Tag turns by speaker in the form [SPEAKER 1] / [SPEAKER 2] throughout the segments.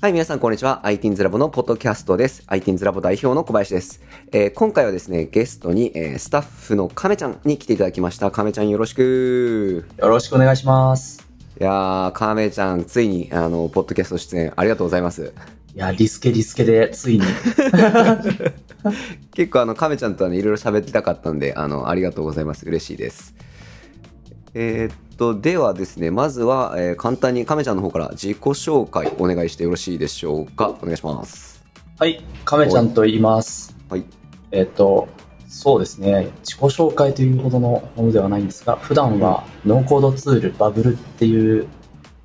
[SPEAKER 1] はい、皆さん、こんにちは。ITINS ラボのポッドキャストです。ITINS ラボ代表の小林です。えー今回はですね、ゲストに、えースタッフの亀ちゃんに来ていただきました。亀ちゃんよろしく。
[SPEAKER 2] よろしくお願いします。
[SPEAKER 1] いやー、亀ちゃん、ついに、あの、ポッドキャスト出演ありがとうございます。
[SPEAKER 2] いや、リスケリスケで、ついに。
[SPEAKER 1] 結構あの亀ちゃんとはねいろいろ喋りたかったんであのありがとうございます嬉しいですえーっとではですねまずは、えー簡単に亀ちゃんの方から自己紹介お願いしてよろしいでしょうかお願いします
[SPEAKER 2] はい、亀ちゃんと言います。
[SPEAKER 1] はい
[SPEAKER 2] えっ、と、そうですね、自己紹介というほどのものではないんですが、普段はノーコードツール、バブルっていう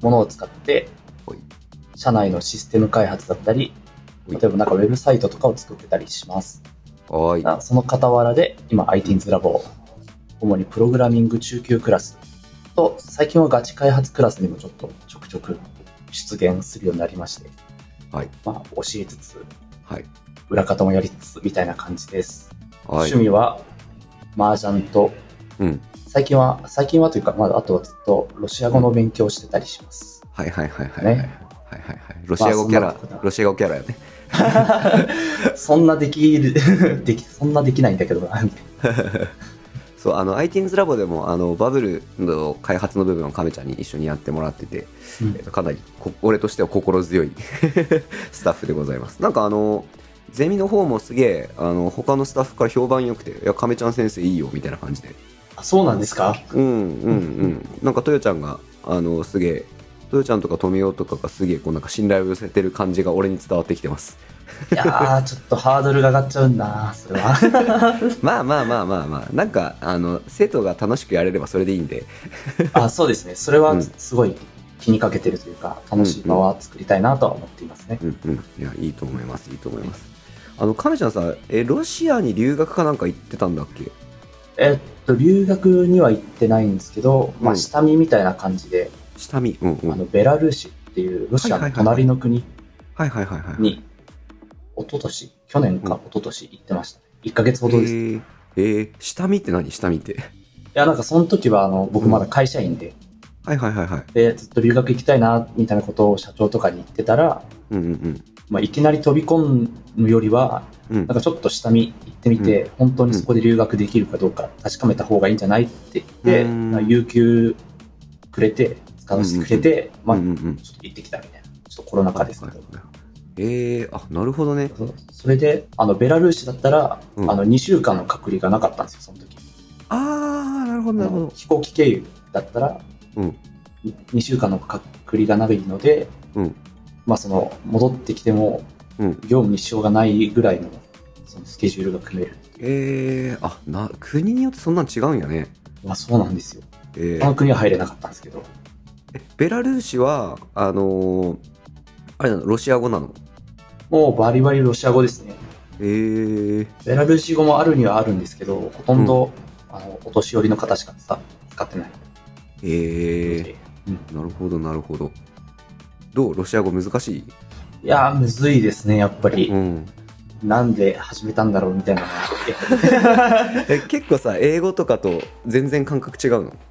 [SPEAKER 2] ものを使って
[SPEAKER 1] はい、
[SPEAKER 2] 社内のシステム開発だったり、
[SPEAKER 1] はい
[SPEAKER 2] 例えばなんかウェブサイトとかを作ってたりします。
[SPEAKER 1] はい
[SPEAKER 2] なその傍らで、今 ITINS ラボを主にプログラミング中級クラスと、最近はガチ開発クラスにもちょっとちょくちょく出現するようになりまして、
[SPEAKER 1] はい
[SPEAKER 2] まあ、教えつつ、
[SPEAKER 1] はい
[SPEAKER 2] 裏方もやりつつみたいな感じです。
[SPEAKER 1] はい
[SPEAKER 2] 趣味は麻雀と、
[SPEAKER 1] うん
[SPEAKER 2] 最近は、最近はというか、まあ、あとはずっとロシア語の勉強をしてたり します。
[SPEAKER 1] はいはいはいはいはいはいはい
[SPEAKER 2] ね
[SPEAKER 1] はいロシア語キャラ
[SPEAKER 2] まあそんなことだ
[SPEAKER 1] ロシア語キャラよね
[SPEAKER 2] そんなできる、 でき、そんなできないんだけどな。
[SPEAKER 1] そうあの ITINS ラボでもあのバブルの開発の部分を亀ちゃんに一緒にやってもらってて
[SPEAKER 2] うん
[SPEAKER 1] えっとかなりこ俺としては心強い スタッフでございますなんかあのゼミの方もすげえあの他のスタッフから評判良くて「いや亀ちゃん先生いいよ」みたいな感じで
[SPEAKER 2] あそうなんですか
[SPEAKER 1] うんうんうんなんかトヨちゃんがあのすげえトヨちゃんとか富雄とかがすげえこうなんか信頼を寄せてる感じが俺に伝わってきてます
[SPEAKER 2] いやー、ちょっとハードルが上がっちゃうんだな、それは。
[SPEAKER 1] まあまあまあまあまあなんかあの生徒が楽しくやれればそれでいいんで
[SPEAKER 2] あそうですね、それ
[SPEAKER 1] う
[SPEAKER 2] は
[SPEAKER 1] ん
[SPEAKER 2] すごい気にかけてるというか、楽しい場は作りたいなとは思っていますね。
[SPEAKER 1] うんうんいやいいと思いますいいと思いますあの亀ちゃんさえロシアに留学かなんか行ってたんだっけ
[SPEAKER 2] えっと、留学には行ってないんですけど、ま
[SPEAKER 1] う
[SPEAKER 2] あ、
[SPEAKER 1] ん
[SPEAKER 2] 下見みたいな感じで、
[SPEAKER 1] 下見うんうん
[SPEAKER 2] あ
[SPEAKER 1] はい
[SPEAKER 2] のベラルーシっていうロシア
[SPEAKER 1] はい
[SPEAKER 2] の
[SPEAKER 1] はいはいはい
[SPEAKER 2] 隣の国
[SPEAKER 1] はいはいはいはい
[SPEAKER 2] に、一昨年去年
[SPEAKER 1] う
[SPEAKER 2] か
[SPEAKER 1] ん
[SPEAKER 2] 一昨年行ってました。1ヶ月ほどです。
[SPEAKER 1] え
[SPEAKER 2] い
[SPEAKER 1] ーえー下見って何下見って。
[SPEAKER 2] や、なんかその時は、あの、僕まだ会社員で、
[SPEAKER 1] はいはいはいはい。
[SPEAKER 2] で、ずっと留学行きたいな、みたいなことを社長とかに言ってたら、
[SPEAKER 1] うんうん
[SPEAKER 2] まあ、いきなり飛び込むよりは、
[SPEAKER 1] うん。うん
[SPEAKER 2] なんかちょっと下見行ってみて、本当にそこで留学できるかどうか確かめた方がいいんじゃないって言って、
[SPEAKER 1] うん
[SPEAKER 2] まあ有給くれて、使わせてくれて、まあ、
[SPEAKER 1] うん
[SPEAKER 2] ち
[SPEAKER 1] う
[SPEAKER 2] ょ
[SPEAKER 1] んうん。
[SPEAKER 2] っと行ってきたみたいな。ちょっとコロナ禍ですけど。
[SPEAKER 1] はいはいはいえー、あなるほどね。
[SPEAKER 2] そうそれで、あの、ベラルーシだったら、
[SPEAKER 1] うん
[SPEAKER 2] あの、2週間の隔離がなかったんですよ、その時。
[SPEAKER 1] あー、なるほどなるほど。
[SPEAKER 2] 飛行機経由だったら、
[SPEAKER 1] うん
[SPEAKER 2] 2週間の隔離が長いので、
[SPEAKER 1] うん
[SPEAKER 2] まあ、その戻ってきても
[SPEAKER 1] うん
[SPEAKER 2] 業務に支障がないぐらいのそのスケジュールが組める、
[SPEAKER 1] えー、あな国によってそんなん違うんやね。
[SPEAKER 2] まあ、そうなんですよ
[SPEAKER 1] え
[SPEAKER 2] 他
[SPEAKER 1] ー
[SPEAKER 2] の、国は入れなかったんですけど
[SPEAKER 1] ベラルーシは、あのーあれなの、ロシア語なの。
[SPEAKER 2] もうバリバリロシア語ですね
[SPEAKER 1] えー、
[SPEAKER 2] ベラルーシ語もあるにはあるんですけどほとんど、あのお年寄りの方しかさ使ってない
[SPEAKER 1] え
[SPEAKER 2] の
[SPEAKER 1] ー、
[SPEAKER 2] で
[SPEAKER 1] なるほどなるほど。どうロシア語難し
[SPEAKER 2] いやーむずいですねやっぱ
[SPEAKER 1] い、
[SPEAKER 2] り、
[SPEAKER 1] ん、
[SPEAKER 2] なんで始めたんだろうみたいなのが
[SPEAKER 1] え結構さ英語とかと全然感覚違うの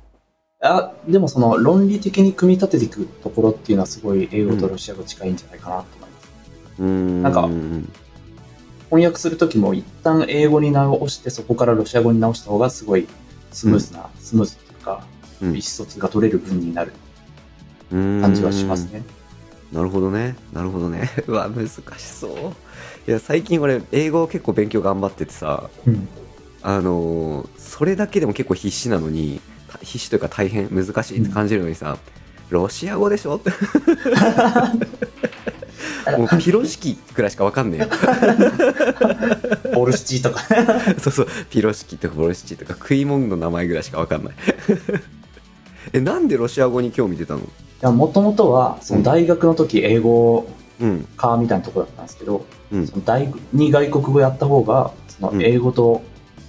[SPEAKER 2] あでもその論理的に組み立てていくところっていうのはすごい英語とロシア語近いんじゃないかなと思います、
[SPEAKER 1] うん
[SPEAKER 2] なんか翻訳する時も一旦英語に直してそこからロシア語に直した方がすごいスムーズな、スムーズっていうか、
[SPEAKER 1] うん
[SPEAKER 2] 意思疎通が取れる分になる
[SPEAKER 1] 感
[SPEAKER 2] 感じはしますね、
[SPEAKER 1] なるほどねなるほどね うわ難しそういや最近俺英語を結構勉強頑張っててさ
[SPEAKER 2] うん
[SPEAKER 1] あのーそれだけでも結構必死なのにた必死というか大変難しいって感じるのにさ、ロシア語でし ょってもうピロシキくらいしかわかんねえよ
[SPEAKER 2] ボルシチ とか
[SPEAKER 1] そうそうピロシキとかボルシチとか食い物の名前ぐらいしかわかんない えなんでロシア語に興味出たの
[SPEAKER 2] もともとはその大学の時英語
[SPEAKER 1] うん
[SPEAKER 2] 科みたいなとこだったんですけど、
[SPEAKER 1] うん
[SPEAKER 2] その第二外国語やった方がその英語と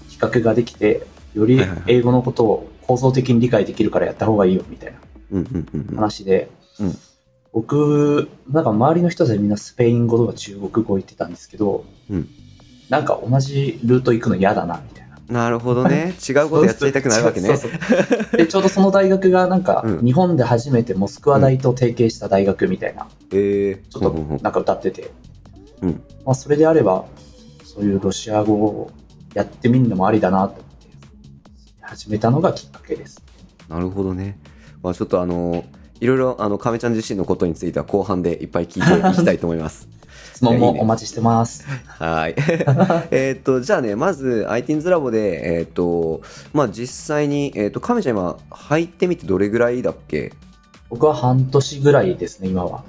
[SPEAKER 2] 比較ができて、より
[SPEAKER 1] はいはいはい
[SPEAKER 2] 英語のことを構造的に理解できるからやった方がいいよみたいな
[SPEAKER 1] うんうんうんうん
[SPEAKER 2] 話で、
[SPEAKER 1] うん
[SPEAKER 2] 僕なんか周りの人たちみんなスペイン語とか中国語言ってたんですけど、
[SPEAKER 1] うん
[SPEAKER 2] なんか同じルート行くの嫌だなみたいな
[SPEAKER 1] なるほどね。違うことやっちゃいたくなるわけね。
[SPEAKER 2] そうそうでちょうどその大学がなんか、
[SPEAKER 1] うん
[SPEAKER 2] 日本で初めてモスクワ大と提携した大学みたいな、
[SPEAKER 1] えー、
[SPEAKER 2] ちょっと
[SPEAKER 1] ほんほんほん
[SPEAKER 2] なんか歌ってて、
[SPEAKER 1] うん
[SPEAKER 2] まあ、それであればそういうロシア語をやってみるのもありだなと思って始めたのがきっかけです
[SPEAKER 1] なるほどね。まあちょっとあの、いろいろあの、亀ちゃん自身のことについては後半でいっぱい聞いていきたいと思い ます。
[SPEAKER 2] 質問
[SPEAKER 1] いやいい
[SPEAKER 2] も
[SPEAKER 1] ね
[SPEAKER 2] お待ちしてます
[SPEAKER 1] はい。 えーっと、じゃあね、まず iTeens ラボで、えーっと、まあ実際に、えーっと、亀ちゃん今入ってみてどれぐらいだっけ
[SPEAKER 2] 僕は半年ぐらいですね今は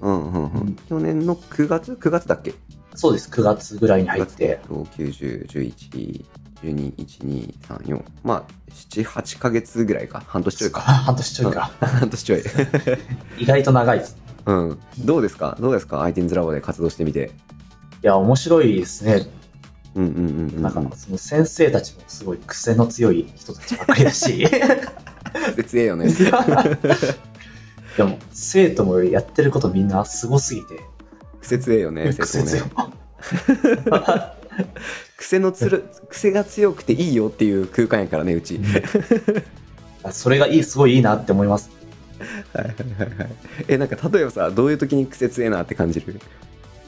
[SPEAKER 1] うんうんう
[SPEAKER 2] うん
[SPEAKER 1] ん。去年の9月 ?9 月だっけ
[SPEAKER 2] そうです9月ぐらいに入っ
[SPEAKER 1] え
[SPEAKER 2] て
[SPEAKER 1] っと90、11、12、1、2、3、4。まあ、7、8ヶ月ぐらいか。半年ちょい か。
[SPEAKER 2] 半年ちょいか、
[SPEAKER 1] 半年ちょい。
[SPEAKER 2] 意外と長いです
[SPEAKER 1] うん。どうですかどうですか ?iTeens ラボで活動してみて。
[SPEAKER 2] いや面白いですね
[SPEAKER 1] うんうんうんうん。
[SPEAKER 2] なんかその先生たちもすごい癖の強い人たちばっかり だし
[SPEAKER 1] 別えよね。
[SPEAKER 2] でも生徒もやってることみんなすごすぎて
[SPEAKER 1] 癖強えよね、生徒
[SPEAKER 2] 癖
[SPEAKER 1] もね
[SPEAKER 2] 強い
[SPEAKER 1] 癖のつる、癖が強くていいよっていう空間やからね、うち。
[SPEAKER 2] それがいいすごいいいなって思います
[SPEAKER 1] はいはいはいはい。え、なんか例えばさ、どういう時に癖強えなって感じる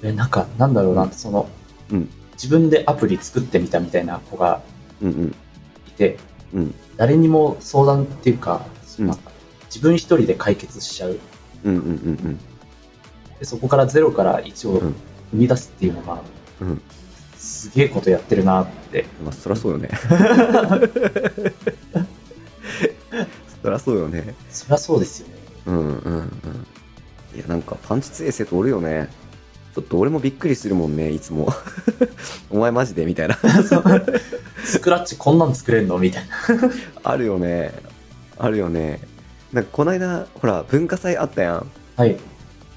[SPEAKER 2] えなんかなんだろうなその、
[SPEAKER 1] うん
[SPEAKER 2] 自分でアプリ作ってみたみたいな子が
[SPEAKER 1] うんうん。
[SPEAKER 2] いて
[SPEAKER 1] うん
[SPEAKER 2] 誰にも相談っていうか,、
[SPEAKER 1] うん
[SPEAKER 2] なんか自分一人で解決しちゃう
[SPEAKER 1] うんうんうん
[SPEAKER 2] でそこからゼロから1を
[SPEAKER 1] う
[SPEAKER 2] 生
[SPEAKER 1] ん
[SPEAKER 2] み出すっていうのが、
[SPEAKER 1] うん。うん。
[SPEAKER 2] すげえことやってるなって
[SPEAKER 1] まあ、そらそうよね。そらそうよね。
[SPEAKER 2] そりゃそうですよね
[SPEAKER 1] うんうんうん。いや、なんかパンチ強い生徒おるよね。ちょっと俺もびっくりするもんね、いつも。 お前マジでみたいな。
[SPEAKER 2] スクラッチこんなん作れるのみたいな
[SPEAKER 1] あるよね。あるよね。なんかこないだ、ほら、文化祭あったやん。
[SPEAKER 2] はい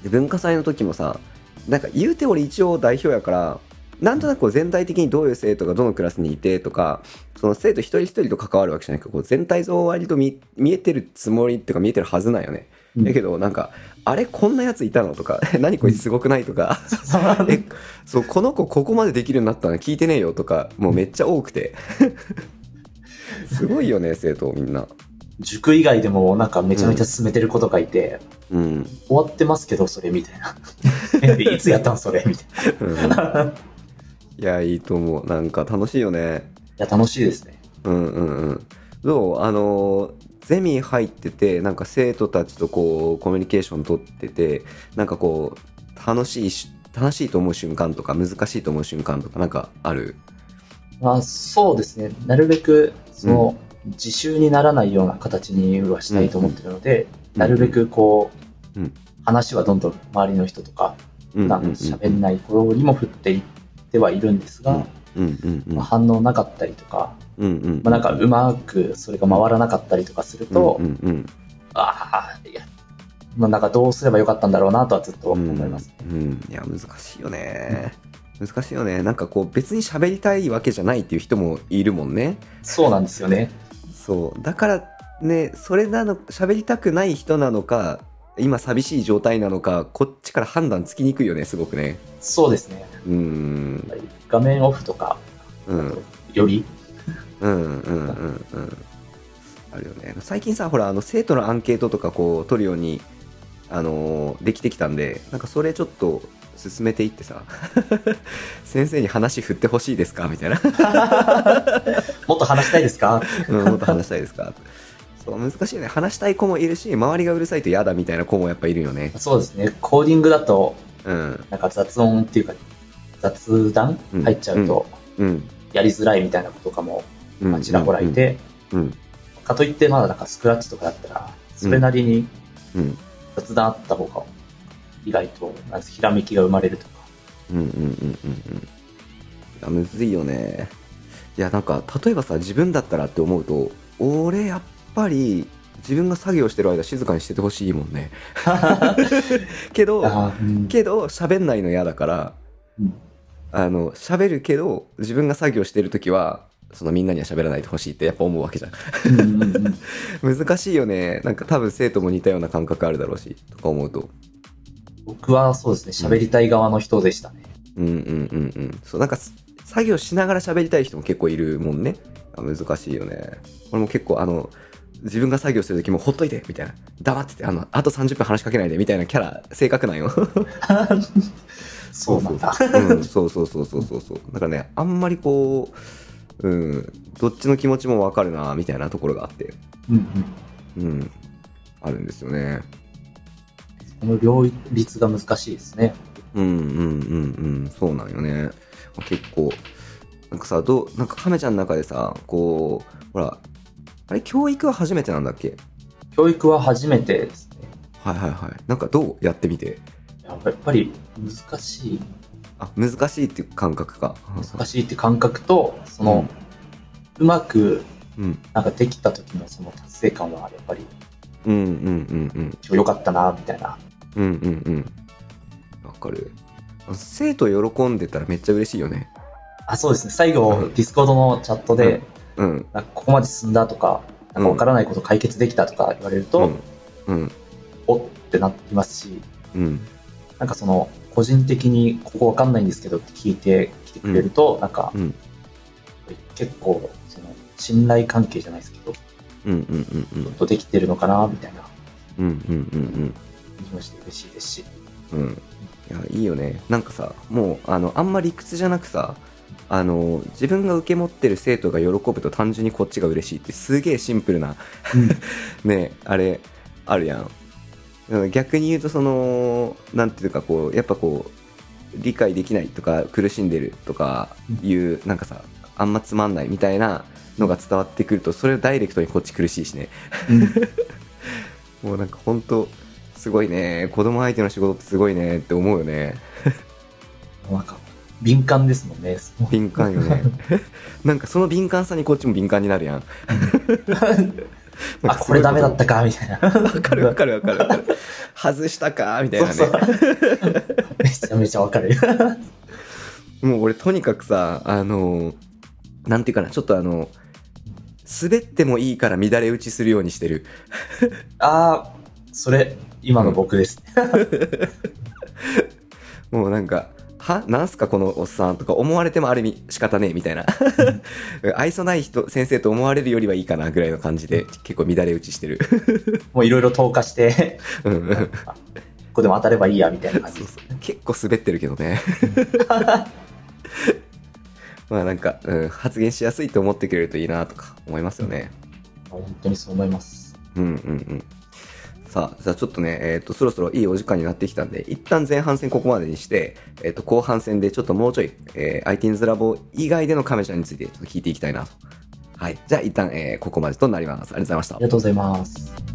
[SPEAKER 1] で文化祭の時もさなんか言うて俺一応代表やからなんとなくこう全体的にどういう生徒がどのクラスにいてとかその生徒一人一人と関わるわけじゃなくてこう全体像を割と見見えてるつもりっていうか見えてるはずなんよね。
[SPEAKER 2] うん
[SPEAKER 1] だけどなんか「あれこんなやついたの?」とか 「何こいつすごくない?」とか「えそうこの子ここまでできるようになったの聞いてねえよ」とかもうめっちゃ多く てすごいよね生徒みんな。
[SPEAKER 2] 塾以外でもなんかめちゃめちゃ進めてる子とかいて、
[SPEAKER 1] うん、
[SPEAKER 2] 終わってますけどそれみた いなえいつやったんそれみたいな
[SPEAKER 1] うんいやいいと思うなんか楽しいよね。
[SPEAKER 2] いや楽しいですね
[SPEAKER 1] うんうんうん。どうあのゼミ入っててなんか生徒たちとこうコミュニケーション取っててなんかこう楽しいし楽しいと思う瞬間とか難しいと思う瞬間とかなんかある
[SPEAKER 2] まあ、そうですね、なるべくその、自習にならないような形にはしたいと思ってるので、なるべくこう、
[SPEAKER 1] うん
[SPEAKER 2] 話はどんどん周りの人とか、
[SPEAKER 1] うんうん
[SPEAKER 2] な
[SPEAKER 1] うんん
[SPEAKER 2] か喋んない子にも振っていってはいるんですが、
[SPEAKER 1] うんうんうん
[SPEAKER 2] まあ、反応なかったりとか、
[SPEAKER 1] うんうん
[SPEAKER 2] まあ、なんかうまくそれが回らなかったりとかすると、
[SPEAKER 1] うんうん
[SPEAKER 2] ああ、いや、まあ、なんかどうすればよかったんだろうなとはずっと
[SPEAKER 1] うん
[SPEAKER 2] 思います。
[SPEAKER 1] うんうんいや難しいよね難しいよねなんかこう別に喋りたいわけじゃないっていう人もいるもんね
[SPEAKER 2] そうなんですよね。
[SPEAKER 1] そうだからねそれなの喋りたくない人なのか今寂しい状態なのかこっちから判断つきにくいよねすごくね
[SPEAKER 2] そうですね。
[SPEAKER 1] うーん
[SPEAKER 2] 画面オフとか、
[SPEAKER 1] うんうん
[SPEAKER 2] より、
[SPEAKER 1] うんうんうんあるよね最近さほらあの生徒のアンケートとかこう取るようにあのーできてきたんでなんかそれちょっと進めていってさ 先生に話振ってほしいですかみたいな
[SPEAKER 2] もっと話したいですか
[SPEAKER 1] うん、もっと話したいですかそう難しいよね話したい子もいるし周りがうるさいと嫌だみたいな子もやっぱいるよね
[SPEAKER 2] そうですね、コーディングだと、
[SPEAKER 1] うん
[SPEAKER 2] なんか雑音っていうか、雑談
[SPEAKER 1] うん
[SPEAKER 2] 入っちゃうと、
[SPEAKER 1] うん
[SPEAKER 2] やりづらいみたいなこととかも、
[SPEAKER 1] うん
[SPEAKER 2] まあちらほらいて、
[SPEAKER 1] うん
[SPEAKER 2] かといって、まだなんかスクラッチとかだったら、それなりに
[SPEAKER 1] うん
[SPEAKER 2] 雑談あった方が、意外と、なんかひらめきが生まれるとか。
[SPEAKER 1] うんうんうんうんうんいやむずいよねいやなんか例えばさ自分だったらって思うと俺やっぱり自分が作業してる間静かにしててほしいもんねけど
[SPEAKER 2] あーうん
[SPEAKER 1] けど喋んないの嫌だから
[SPEAKER 2] うん
[SPEAKER 1] あの喋るけど自分が作業してる時はそのみんなには喋らないでほしいってやっぱ思うわけじゃん
[SPEAKER 2] うんうんうん
[SPEAKER 1] 難しいよねなんか多分生徒も似たような感覚あるだろうしとか思うと
[SPEAKER 2] 僕はそうですね、喋りたい側の人でしたね。
[SPEAKER 1] うんうんうんうんそうなんかす作業しながら喋りたい人も結構いるもんね。あ難しいよね。俺も結構あの、自分が作業するときもほっといてみたいな。黙ってて、あの、あと30分話しかけないでみたいなキャラ、性格なんよ。
[SPEAKER 2] そうなんだ。
[SPEAKER 1] うん、そうそうそうそうそうそう。だからね、あんまりこう、うん、どっちの気持ちもわかるな、みたいなところがあって、
[SPEAKER 2] うんうん。
[SPEAKER 1] うん、あるんですよね。
[SPEAKER 2] この両立が難しいですね。
[SPEAKER 1] うんうんうんうん、そうなんよね。結構、なんかさ、どう、なんか亀ちゃんの中でさ、こう、ほら、あれ、教育は初めてなんだっけ
[SPEAKER 2] 教育は初めてですね。
[SPEAKER 1] はいはいはい。なんかどうやってみて。
[SPEAKER 2] やっぱり難しい、
[SPEAKER 1] あ、難しいっていう感覚か。
[SPEAKER 2] 難しいって感覚と、その、うまく
[SPEAKER 1] うん。
[SPEAKER 2] なんかできた時のその達成感はやっぱり
[SPEAKER 1] うんうんうんうん。
[SPEAKER 2] 今日良かったなみたいな
[SPEAKER 1] うんうんうん。わかる。あ生徒喜んでたらめっちゃ嬉しいよね。
[SPEAKER 2] あそうですね最後、
[SPEAKER 1] うん
[SPEAKER 2] ディスコードのチャットで、
[SPEAKER 1] うん。
[SPEAKER 2] なんかここまで進んだとかなんか分からないこと解決できたとか言われると、
[SPEAKER 1] うん。うん。
[SPEAKER 2] おってなりますし
[SPEAKER 1] うん。
[SPEAKER 2] なんかその個人的にここ分かんないんですけどって聞いてきてくれると、なんか、
[SPEAKER 1] うん
[SPEAKER 2] 結構その信頼関係じゃないですけどち
[SPEAKER 1] うんうんうんう
[SPEAKER 2] ょっ
[SPEAKER 1] ん。
[SPEAKER 2] とできてるのかなみたいな
[SPEAKER 1] うんうんうんうん。
[SPEAKER 2] 気もして嬉しいです し
[SPEAKER 1] うん、いやいいよねなんかさもうあのあんま理屈じゃなくさあの自分が受け持ってる生徒が喜ぶと単純にこっちが嬉しいってすげえシンプルな ねあれあるやんうん逆に言うとそのなんていうかこうやっぱこう理解できないとか苦しんでるとかいうなんかさあんまつまんないみたいなのが伝わってくるとそれをダイレクトにこっち苦しいしねもうなんか本当すごいね子供相手の仕事ってすごいねって思うよね
[SPEAKER 2] なんか敏感ですもん ねその
[SPEAKER 1] 敏感よね なんかその敏感さにこっちも敏感になるや ん
[SPEAKER 2] あこれダメだったたかみたいな
[SPEAKER 1] わかるわかるわかるわかる外したかみたいなね
[SPEAKER 2] そうそう めちゃめちゃわかる。
[SPEAKER 1] もう俺とにかくさあのなんていうかなちょっとあの滑ってもいいから乱れ打ちするようにしてる
[SPEAKER 2] ああ、それ、今の僕です。
[SPEAKER 1] もうなんかはなんすかこのおっさんとか思われてもある意味仕方ねえみたい な愛想ない人先生と思われるよりはいいかなぐらいの感じで結構乱れ打ちしてる
[SPEAKER 2] もういろいろ投下して、
[SPEAKER 1] うんうんそう
[SPEAKER 2] ここでも当たればいいや、みたいな感じ
[SPEAKER 1] そう
[SPEAKER 2] です。
[SPEAKER 1] 結構滑ってるけど ねまあなんか、うん、発言しやすいと思ってくれるといいなとか思いますよね
[SPEAKER 2] 本当にそう思います。
[SPEAKER 1] うんうんうんさあじゃあちょっとね、えー、とそろそろいいお時間になってきたんで一旦前半戦ここまでにして、えー、と後半戦でちょっともうちょい、えー、iTunes ラボ以外でのカメちゃんについてちょっと聞いていきたいなとはいじゃあ一旦、えーここまでとなりますありがとうございました
[SPEAKER 2] ありがとうございます。